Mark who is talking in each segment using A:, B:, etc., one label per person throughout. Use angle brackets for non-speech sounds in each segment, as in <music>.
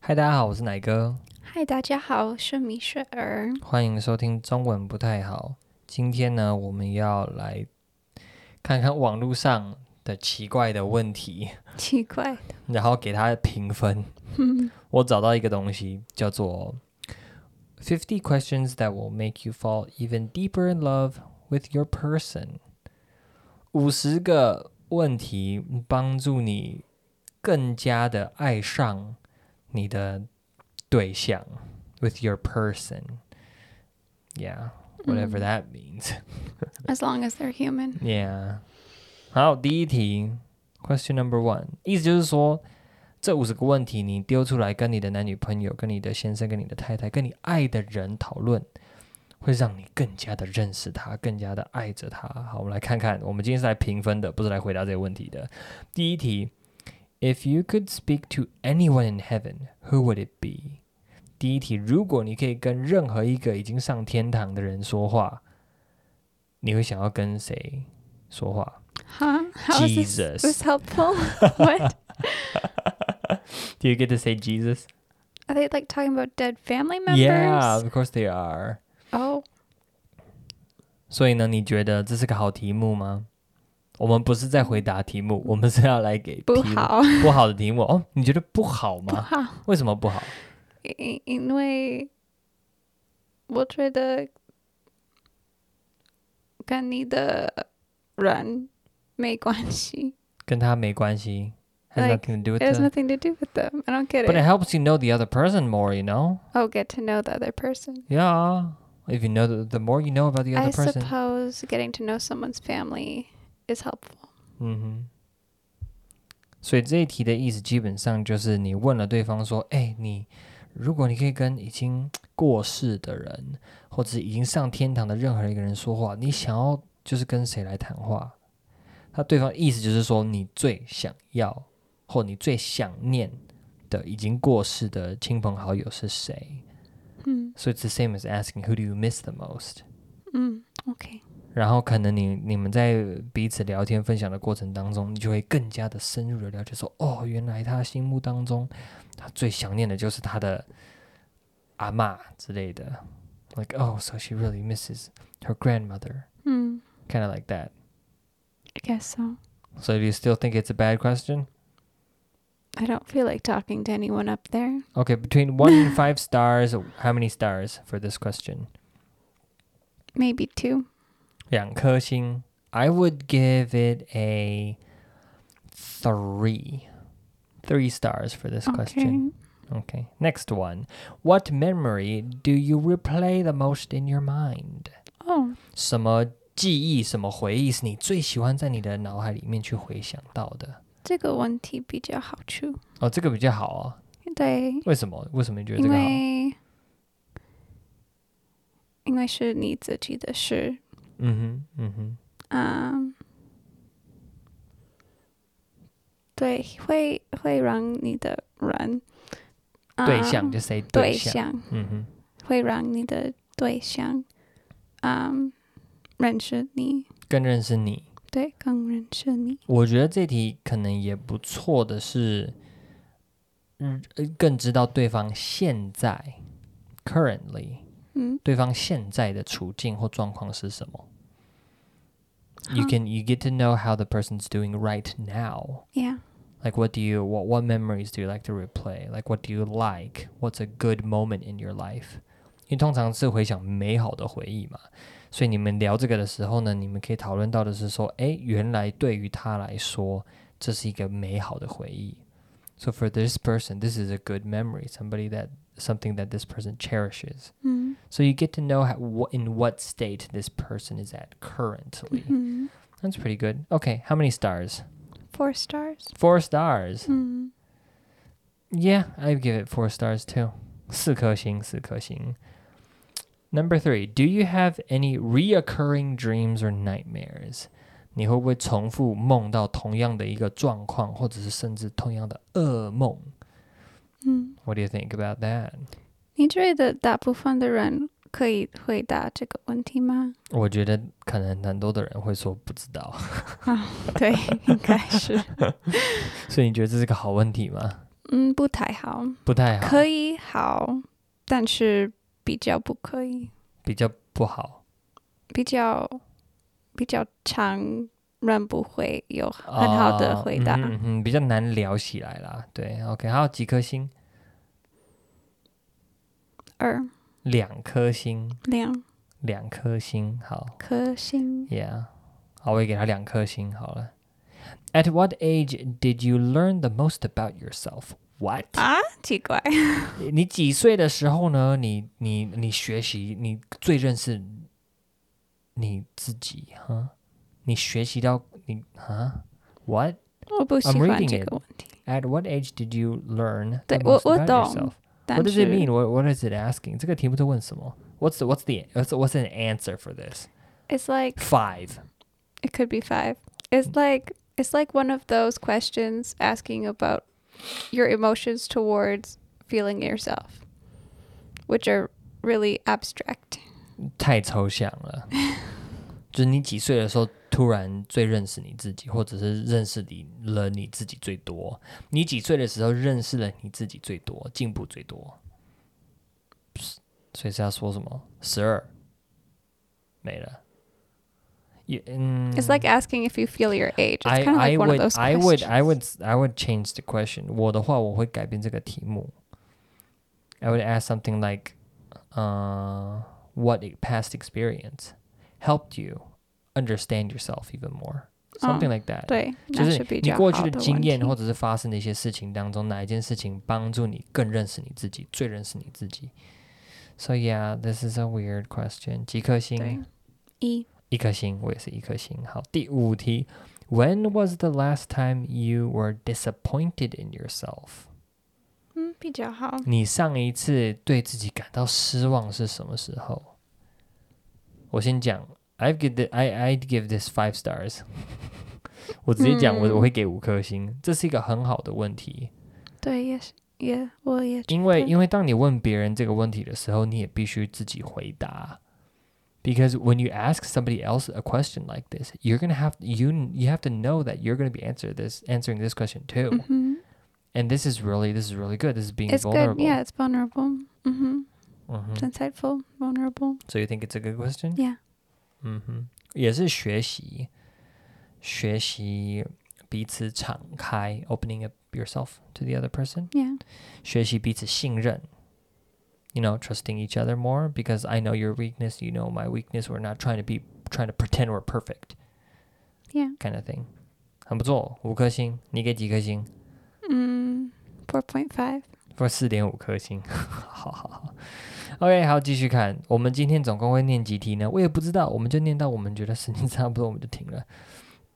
A: 嗨，大家好，我是奶哥，
B: 嗨，大家好，我是米雪儿。
A: 欢迎收听中文不太好。今天呢，我们要来看看网络上的奇怪的问题，
B: 奇怪，
A: 然后给它评分。我找到一个东西叫做《Fifty Questions That Will Make You Fall Even Deeper in Love with Your Person》，五十个问题帮助你更加的爱上你的对象，with your person。Yeah, whatever that means.
B: as long as they're human，
A: Yeah，好，第一题，Question Number One，意思就是说，这五十个问题你丢出来，跟你的男女朋友、跟你的先生、跟你的太太、跟你爱的人讨论，会让你更加的认识他，更加的爱着他。好，我们来看看，我们今天是来评分的，不是来回答这个问题的。第一题，If you could speak to anyone in heaven, who would it be？第一题，如果你可以跟任何一个已经上天堂的人说话，你会想要跟谁说话？
B: huh? How is
A: Jesus.
B: this, this
A: <laughs>
B: helpful? what
A: Do you get to say Jesus?
B: are they like talking about dead family members?
A: Yeah, of course they are.
B: Oh,
A: 所以呢，你觉得这是个好题目吗？我们不是在回答题目，我们是要来给
B: 不
A: 题目
B: 好，
A: 不好的题目哦。你觉得不好
B: 不
A: 吗？
B: 好，
A: 为什么不好？
B: 因因为我觉得跟你的人没 <laughs> 关系。
A: 跟他没关系，has
B: Like,
A: nothing to do with
B: It has
A: it.
B: nothing to do with them. I don't get
A: But it
B: it.
A: helps you know the other person more, you know?
B: Oh, get to know the other person.
A: Yeah. If you know the, the more you know about the
B: I
A: other person.
B: suppose getting to know someone's family is helpful.
A: 嗯哼。所以这一题的意思基本上就是你问了对方说：“哎、你如果你可以跟已经过世的人，或者已经上天堂的任何一个人说话，你想要就是跟谁来谈话？”那对方意思就是说你最想要或你最想念的已经过世的亲朋好友是谁？
B: 嗯
A: 所以 it's the same as asking who do you miss the most。
B: 嗯，OK，
A: 然后可能你你们在彼此聊天分享的过程当中，你就会更加的深入的了解说，哦，原来他心目当中，他最想念的就是他的阿嬷之类的，like oh so she really misses her grandmother,
B: 嗯
A: kind of like that.
B: Mm, ，I guess so.
A: So do you still think it's a bad question?
B: I don't feel like talking to anyone up there.
A: Okay, between one and five stars, how many stars for this question?
B: Maybe two.
A: 两颗星，I would give it a three, three stars for this question.
B: Okay.
A: Okay, next one. What memory do you replay the most in your mind?
B: 哦，
A: 什么记忆、什么回忆是你最喜欢在你的脑海里面去回想到的？
B: 这个问题比较好出。
A: 哦，这个比较好哦。
B: 对，
A: 为什么？为什么你觉得这
B: 因
A: 个好？
B: 为因为是你自己的事，
A: 嗯哼，嗯哼，
B: 嗯，对，会会让你的人
A: 对
B: 嗯
A: 象就 say
B: 对
A: 象。
B: 象
A: 嗯哼，
B: 会让你的对象，嗯，认识你，
A: 更认识你。
B: 对，更认识你。
A: 我觉得这题可能也不错的是，嗯，呃更知道对方现在 currently
B: 嗯
A: 对方现在的处境或状况是什么。You
B: 好
A: can you get to know how the person's doing right now.
B: ，Yeah，
A: Like what do you what what memories do you like to replay? Like what do you like? What's a good moment in your life? 因为通常是回想美好的回忆嘛，所以你们聊这个的时候呢，你们可以讨论到的是说，诶，原来对于他来说，这是一个美好的回忆。So for this person, this is a good memory, somebody that something that this person cherishes.
B: 嗯
A: So you get to know how, wh- in what state this person is at currently.
B: 嗯
A: That's pretty good. Okay, how many stars?
B: ，Four stars，
A: Four stars.
B: 嗯
A: Yeah, I give it four stars too. 四颗星，四颗星. Number three, do you have any reoccurring dreams or nightmares? 你会不会重复梦到同样的一个状况，或者是甚至同样的噩梦？
B: 嗯，
A: What do you think about that?
B: 你觉得大部分的人可以回答这个问题吗？
A: 我觉得可能很多的人会说不知道， <laughs>
B: 啊、对，应该是，
A: 所以你觉得这是个好问题吗？
B: <laughs> 嗯，不太好，
A: 不太好，
B: 可以好，但是比较不可以，
A: 比较不好
B: 比较比较常人不会有很好的
A: 哦
B: 回答。
A: 嗯哼嗯哼比较难聊起来啦。对，OK，还有几颗星？
B: 二
A: 两颗星，
B: 两
A: 两颗星，好
B: 颗星，
A: ，Yeah，好，我也给他两颗星好了。At what age did you learn the most about yourself? What？
B: <laughs> 啊奇怪，
A: 你你几岁的时候呢？你你你学习，你最认识你自己哈？你学习到你啊？What？
B: 我不喜
A: I'm
B: 欢
A: reading
B: 这
A: it
B: 个问题。
A: At what age did you learn?
B: 对
A: the
B: 我
A: most
B: 我
A: about
B: 懂
A: yourself?
B: 但
A: What
B: 是
A: does it mean? What What is it asking? 这个题目在问什么？What's the What's the What's What's an answer for this?
B: It's like
A: Five.
B: it could be five. It's like it's like one of those questions asking about your emotions towards feeling yourself, which are really abstract.
A: 太抽象
B: <laughs>
A: 了。就是你几岁的时候突然最认识你自己，或者是认识你了你自己最多？你几岁的时候认识了你自己最多，进步最多？所以是要说什么？十二，没了。也嗯
B: It's like asking if you feel your age. It's
A: Mm. I
B: kind of like
A: I
B: one
A: would
B: of those
A: I
B: questions.
A: would I would I would change the question. 我的话我会改变这个题目。I would ask something like, uh, what i- past experience helped you understand yourself even more, something like that.
B: Oh, 对，
A: 就
B: 那
A: 是
B: 是比
A: 你
B: 较
A: 过
B: 好
A: 去
B: 的
A: 的经
B: 问
A: 验
B: 题
A: 或者是发生的一些事情当中，哪一件事情帮助你更认识你自己，最认识你自己？So yeah, this is a weird question. 几颗星？
B: 对一
A: 一颗星，我也是一颗星。好，第五题，When was the last time you were disappointed in yourself？
B: 嗯比较好
A: 你上一次对自己感到失望是什么时候？我先讲，I give the I I give this five stars 。我直接讲，我
B: 嗯
A: 我会给五颗星，这是一个很好的问题，
B: 对也是也我也觉
A: 因为
B: 得
A: 因为当你问别人这个问题的时候，你也必须自己回答。Because when you ask somebody else a question like this, you're gonna have you you have to know that you're gonna be answer this answering this question too.
B: 嗯哼
A: And this is really this is really good. This is being
B: Mm. Mm-hmm. It's good
A: vulnerable.
B: yeah it's vulnerable 嗯哼
A: Mhm.
B: it's insightful vulnerable
A: So you think it's a good question?
B: yeah
A: 嗯哼，也是学习，学习彼此敞开，opening up yourself to the other person，
B: yeah
A: 学习彼此信任。You know, trusting each other more because I know your weakness, you know my weakness. We're not trying to be trying to pretend we're perfect,
B: yeah
A: kind of thing. 很不错，五颗星，你给几颗星？
B: 嗯 Mm, four point five
A: 不，四点五颗星。 <laughs> 好好好。OK，好，继续看。我们今天总共会念几题呢？我也不知道，我们就念到我们觉得时间差不多，我们就停了。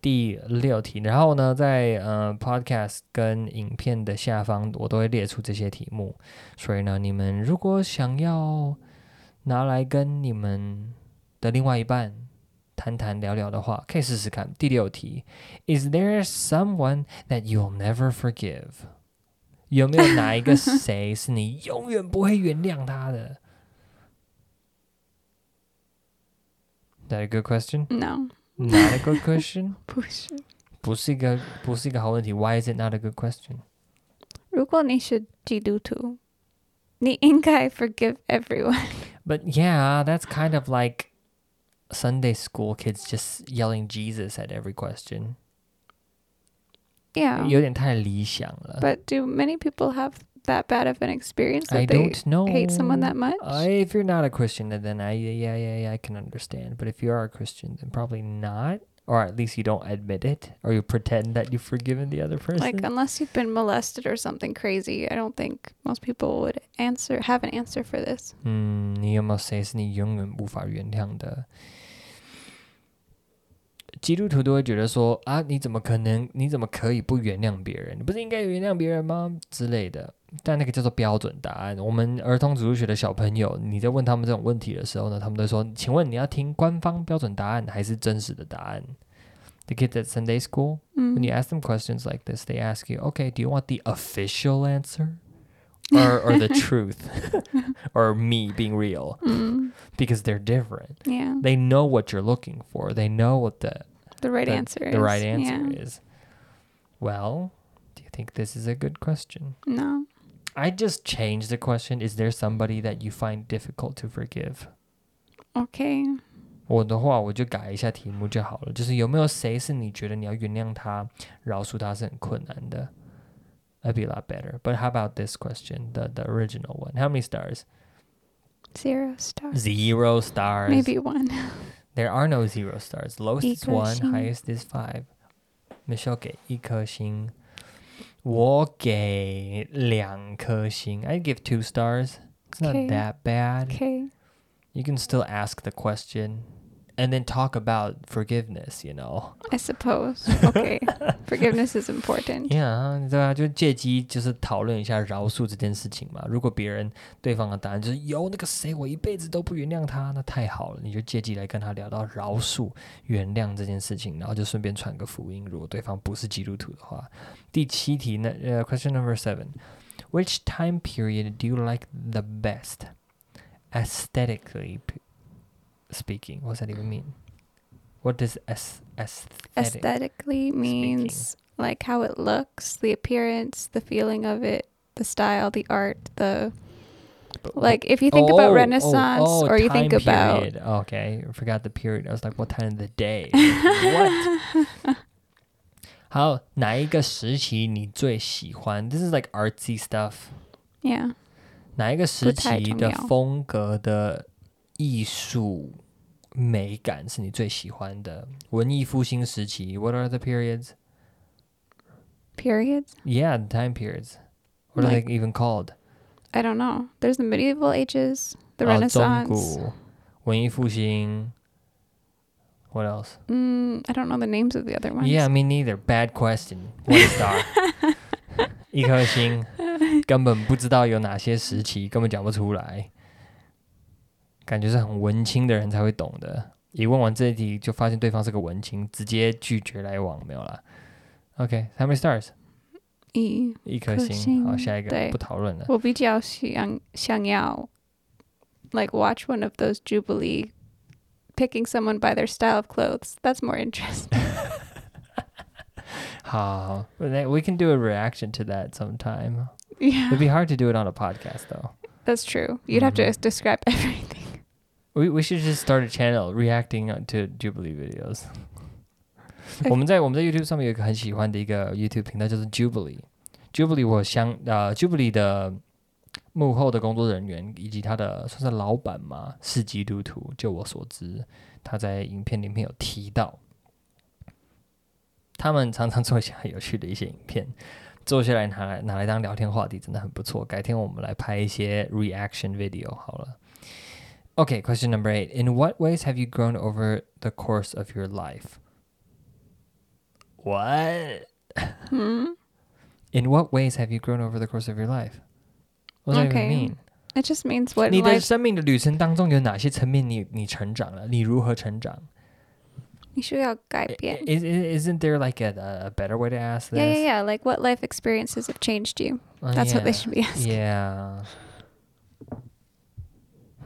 A: 第六题，然后呢，在呃 podcast 跟影片的下方，我都会列出这些题目。所以呢，你们如果想要拿来跟你们的另外一半谈谈聊聊的话，可以试试看。第六题，Is there someone that you'll never forgive？有没有哪一个谁是你永远不会原谅他的？Is That a good question?
B: no
A: Not a good question?
B: 不是
A: 不是一个不是一个好问题。Why is it not a good question?
B: 如果你是基督徒你应该 forgive everyone
A: But yeah, that's kind of like Sunday school kids just yelling Jesus at every question.
B: yeah
A: 有点太理想了。
B: but do many people have that bad of an experience
A: I
B: that they
A: don't know.
B: hate someone that much
A: I, if you're not a Christian, then- then I yeah yeah yeah I can understand. But if you are a Christian, then probably not, or at least you don't admit it, or you pretend that you've forgiven the other person.
B: like unless you've been molested or something crazy i don't think most people would answer have an answer for this
A: 嗯，你有没有谁是你永远无法原谅的？基督徒都会觉得说啊，你怎么可能？你怎么可以不原谅别人？你不是应该原谅别人吗？之类的。但那个叫做标准答案。我们儿童主日学的小朋友，你在问他们这种问题的时候呢，他们都说：“请问你要听官方标准答案还是真实的答案？”The kids at Sunday school,
B: Mm.
A: when you ask them questions like this, they ask you, "Okay, do you want the official answer, or or the truth, <laughs> or me being real?" Because they're different.
B: Mm. yeah
A: They know what you're looking for. They know what the
B: the right
A: the,
B: answer
A: the right
B: is,
A: answer
B: yeah.
A: is. Well, do you think this is a good question.
B: No.
A: I just changed the question. Is there somebody that you find difficult to forgive?
B: Okay.
A: 我的话，我就改一下题目就好了。就是有没有谁是你觉得你要原谅他、饶恕他是很困难的？That'd be a lot better. But how about this question, the the original one? How many stars?
B: Zero stars.
A: Zero stars.
B: Maybe one. <laughs>
A: There are no zero stars. Lowest is one,
B: 一颗星。
A: highest is five. Michelle 给一颗星，我给两颗星。I give two stars. It's not
B: Okay.
A: that bad.
B: Okay.
A: You can still ask the question, and then talk about forgiveness. You know.
B: I suppose. Okay. Forgiveness is important.
A: Yeah，对啊，就借机就是讨论一下饶恕这件事情嘛。如果别人对方的答案就是有那个谁，我一辈子都不原谅他，那太好了，你就借机来跟他聊到饶恕、原谅这件事情，然后就顺便传个福音。如果对方不是基督徒的话，第七题呢？呃、q u e s t i o n number seven，which time period do you like the best aesthetically p- speaking? What's that even mean? What does as aesthetic?
B: Aesthetically means like how it looks, the appearance, the feeling of it, the style, the art, the like if you think
A: Oh, oh,
B: about
A: oh,
B: Renaissance
A: oh,
B: or you
A: time
B: think about
A: period. okay, I forgot the period. I was like, what time of the
B: <laughs>
A: day? what? 好，哪一个时期你最喜欢？This is like artsy stuff.
B: yeah. 不太重要。
A: 哪一个时期的风格的艺术美感是你最喜欢的？文艺复兴时期，What are the periods?
B: Periods?
A: Yeah, the time periods. What are
B: Like-
A: they even called? Oh,
B: I don't know. There's the medieval ages, the
A: 啊，中
B: Renaissance.
A: 古文艺复兴。What else?
B: Mm, I don't know the names of the other ones.
A: Yeah, me neither. Bad question. One star. 一颗星，根本不知道有哪些时期，根本讲不出来。感觉是很文青的人才会懂的。一问完这一题，就发现对方是个文青，直接拒绝来往，没有啦。OK，how、many stars？
B: E.
A: 一颗
B: 颗
A: 星。好，
B: 星
A: 下一个
B: 对
A: 不讨论了。
B: 我比较想想要 like watch one of those jubilee picking someone by their style of clothes. That's more interesting. <laughs>
A: 好，we can do a reaction to that sometime. It'd
B: yeah,
A: be Mm-hmm. hard to do it on a podcast though.
B: that's true. You'd have to describe <laughs> everything.
A: We we should just start a channel reacting to Jubilee videos.
B: 哎
A: 我们在我们在 YouTube 上面有一个很喜欢的一个 YouTube 频道，叫做 Jubilee。Jubilee 我相呃 Jubilee 的幕后的工作人员以及他的算是老板嘛，是基督徒。就我所知，他在影片里面有提到，他们常常做一些很有趣的一些影片，做下来拿来拿来当聊天话题，真的很不错。改天我们来拍一些 reaction video 好了。Okay, question number eight. In what ways have you grown over the course of your life? What?
B: Hmm.
A: In what ways have you grown over the course of your life? What does that
B: Okay.
A: even mean?
B: It just means what
A: 你
B: in
A: 的
B: life.
A: 生命的旅程当中有哪些层面你你成长了？你如何成长 I-
B: 你需要改变。
A: i- i- Isn't there like a, a better way to ask this?
B: Yeah, yeah, yeah. Like what life experiences have changed you?
A: Uh,
B: That's what they
A: yeah.
B: should be asking.
A: Yeah.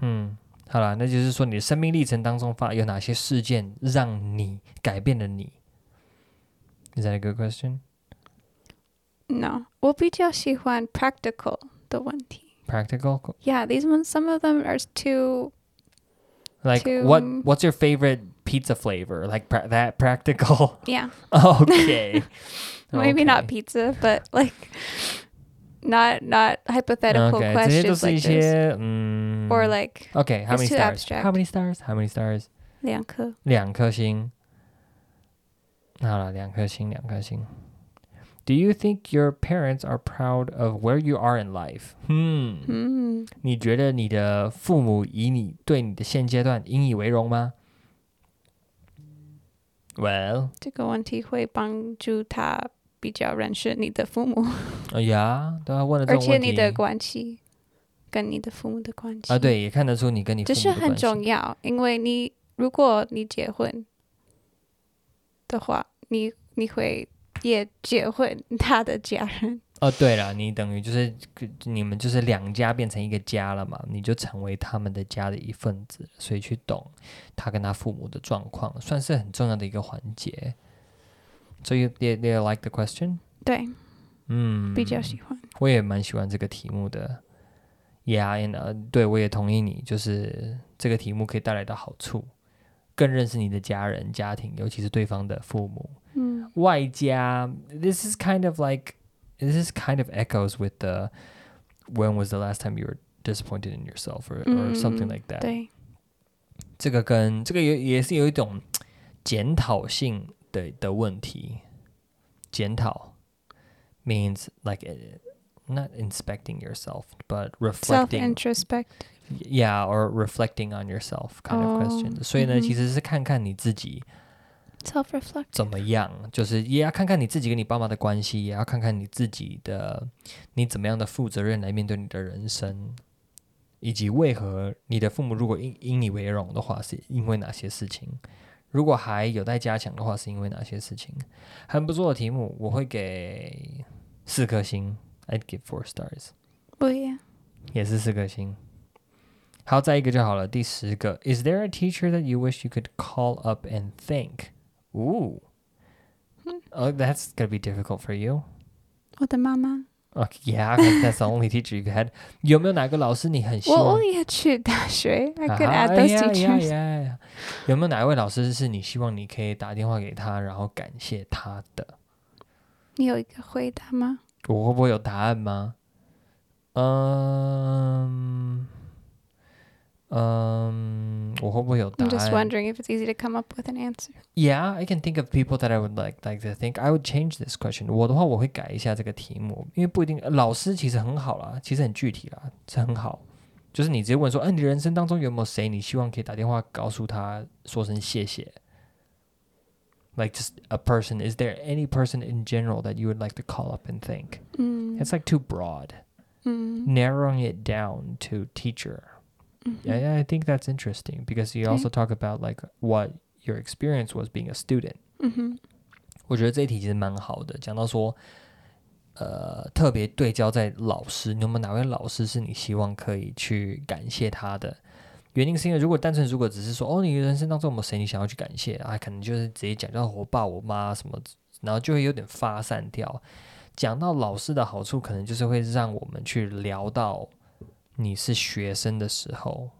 A: 嗯，好啦，那就是说你的生命历程当中发有哪些事件让你改变了你？Is that a good question?
B: No. 我比较喜欢 practical 的问题.
A: Practical?
B: Yeah, these ones, some of them are too
A: Like
B: To- um,
A: what? What's your favorite pizza flavor? Like pra- that practical? <laughs>
B: Yeah,
A: okay.
B: <laughs> maybe
A: Oh,
B: not
A: Okay.
B: pizza, but like not not hypothetical
A: Okay, 这些都
B: questions
A: 是一
B: like this
A: 些嗯。
B: or like
A: mm. Okay, how
B: it's
A: many
B: too
A: stars?
B: abstract.
A: How many stars? How many stars?
B: 两颗
A: 两颗星。好了，两颗星，两颗星。Do you think your parents are proud of where you are in life？嗯，
B: 嗯
A: 你觉得你的父母以你对你的现阶段引以为荣吗？Well,
B: 这个问题会帮助他比较认识你的父母，
A: 哎呀，对啊，问了这种问题
B: 而且你的关系跟你的父母的关系
A: 啊，对，也看得出你跟你父母的关系。
B: 这是很重要，因为你如果你结婚的话，你你会也结婚他的结婚，
A: 哦，对了，你等于就是你们就是两家变成一个家了嘛，你就成为他们的家的一份子，所以去懂他跟他父母的状况，算是很重要的一个环节。So you they they like the question?
B: 对，
A: 嗯，
B: 比较喜欢。
A: 我也蛮喜欢这个题目的。Yeah，and、呃，对我也同意你，就是这个题目可以带来的好处，更认识你的家人、家庭，尤其是对方的父母。
B: 嗯
A: 外加，this is kind of like this is kind of echoes with the when was the last time you were disappointed in yourself or or something
B: 嗯
A: like that。
B: 对，
A: 这个跟这个也也是有一种检讨性的的问题。检讨 means like uh, not inspecting yourself, but
B: self
A: reflecting.
B: introspect。
A: Yeah, or reflecting on yourself kind of question.
B: 哦
A: 所以呢，
B: 嗯哼
A: 其实是看看你自己
B: self reflect。
A: 怎么样，就是也要看看你自己跟你爸妈的关系，也要看看你自己的你怎么样的负责任来面对你的人生，以及为何你的父母如果因因你为荣的话，是因为哪些事情？如果还有待加强的话，是因为哪些事情？很不错的题目，我会给四颗星，I'd give four stars，
B: 不一样。
A: 也是四颗星。好，再一个就好了。第十个，Is there a teacher that you wish you could call up and thank? Ooh.
B: Hmm.
A: Oh, that's gonna be difficult for you.
B: 我的妈妈，
A: Okay, yeah, 'cause that's the only <laughs> teacher you've had. 有没有哪个老师你很希
B: 我
A: 望
B: 我也去大学。I
A: 啊
B: could add
A: 哈
B: those
A: Ah, yeah, yeah,
B: teachers.
A: yeah, yeah. 有没有哪一位老师是你希望你可以打电话给他，然后感谢他的？
B: 你有一个回答吗？
A: 我会不会有答案吗？嗯嗯，我会不会有答
B: I'm just
A: 案
B: wondering if it's easy to come up with an answer.
A: Yeah, I can think of people that I would like like to think. I would change this question. 我的话，我会改一下这个题目，因为不一定。呃老师其实很好啦，其实很具体啦，是很好。就是你直接问说，哎、你人生当中有没有谁你希望可以打电话告诉他说声谢谢？Like just a person. Is there any person in general that you would like to call up and thank?
B: 嗯
A: It's like too broad.
B: 嗯
A: Narrowing it down to teacher.
B: 嗯
A: Yeah, yeah, I think that's interesting because you
B: Mm-hmm. Okay.
A: also talk about like what your experience was being a student.
B: 嗯哼
A: 我觉得这一题其实蛮好的，讲到说，呃，特别对焦在老师，你有没有哪位老师是你希望可以去感谢他的？原因是因为如果单纯如果只是说哦，你人生当中有没有谁你想要去感谢啊，可能就是直接讲到我爸我妈什么，然后就会有点发散掉。讲到老师的好处，可能就是会让我们去聊到你是学生的时候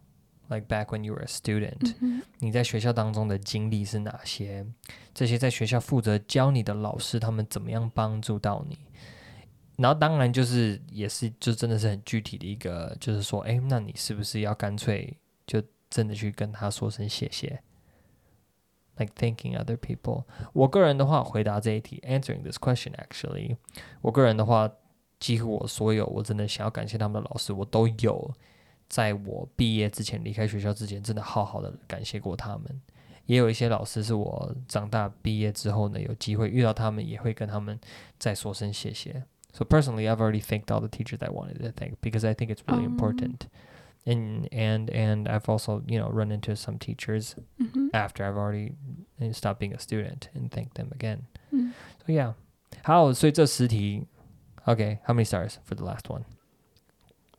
A: ，like back when you were a student，、
B: 嗯哼
A: 你在学校当中的经历是哪些？这些在学校负责教你的老师，他们怎么样帮助到你？然后当然就是也是就真的是很具体的一个，就是说，哎，那你是不是要干脆就真的去跟他说声谢谢？Like thanking other people。我个人的话，回答这一题，answering this question actually，我个人的话，几乎我所有我真的想要感谢他们的老师，我都有在我毕业之前、离开学校之前，真的好好的感谢过他们。也有一些老师是我长大毕业之后呢，有机会遇到他们，也会跟他们再说声谢谢。So personally, I've already thanked all the teachers I wanted to thank because I think it's really
B: Oh.
A: important. And and and I've also you know run into some teachers
B: 嗯哼
A: after I've already uh, stopped being a student and thank them again.
B: 嗯
A: So yeah, how so? 这十题 Okay, how many stars for the last one?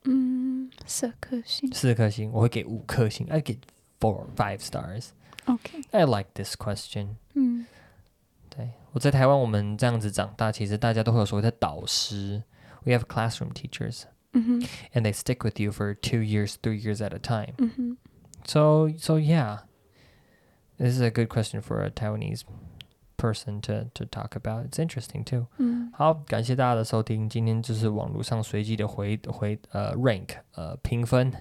B: 嗯，四颗星。
A: 四颗星，我会给五颗星。I get four, five stars.
B: OK，
A: I like this question.
B: 嗯
A: 对，我在台湾我们这样子长大，其实大家都会有所谓的导师。We have classroom teachers,
B: 嗯哼
A: and they stick with you for two years, three years at a time.
B: 嗯哼
A: So, so yeah, this is a good question for a Taiwanese person to to talk about. It's interesting too.
B: 嗯
A: 好，感谢大家的收听。今天就是网络上随机的回回呃 rank 呃评分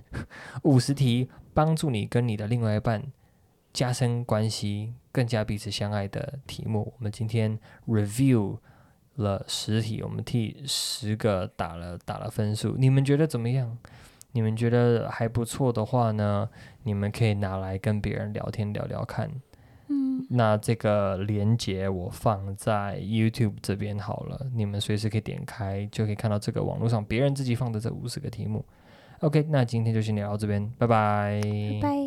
A: 五十题，帮助你跟你的另外一半加深关系，更加彼此相爱的题目。我们今天 review 了十题，我们替十个打了打了分数。你们觉得怎么样？你们觉得还不错的话呢，你们可以拿来跟别人聊天聊聊看。
B: 嗯
A: 那这个连接我放在 YouTube 这边好了，你们随时可以点开，就可以看到这个网络上别人自己放的这五十个题目。OK，那今天就先聊到这边，拜拜。
B: 拜。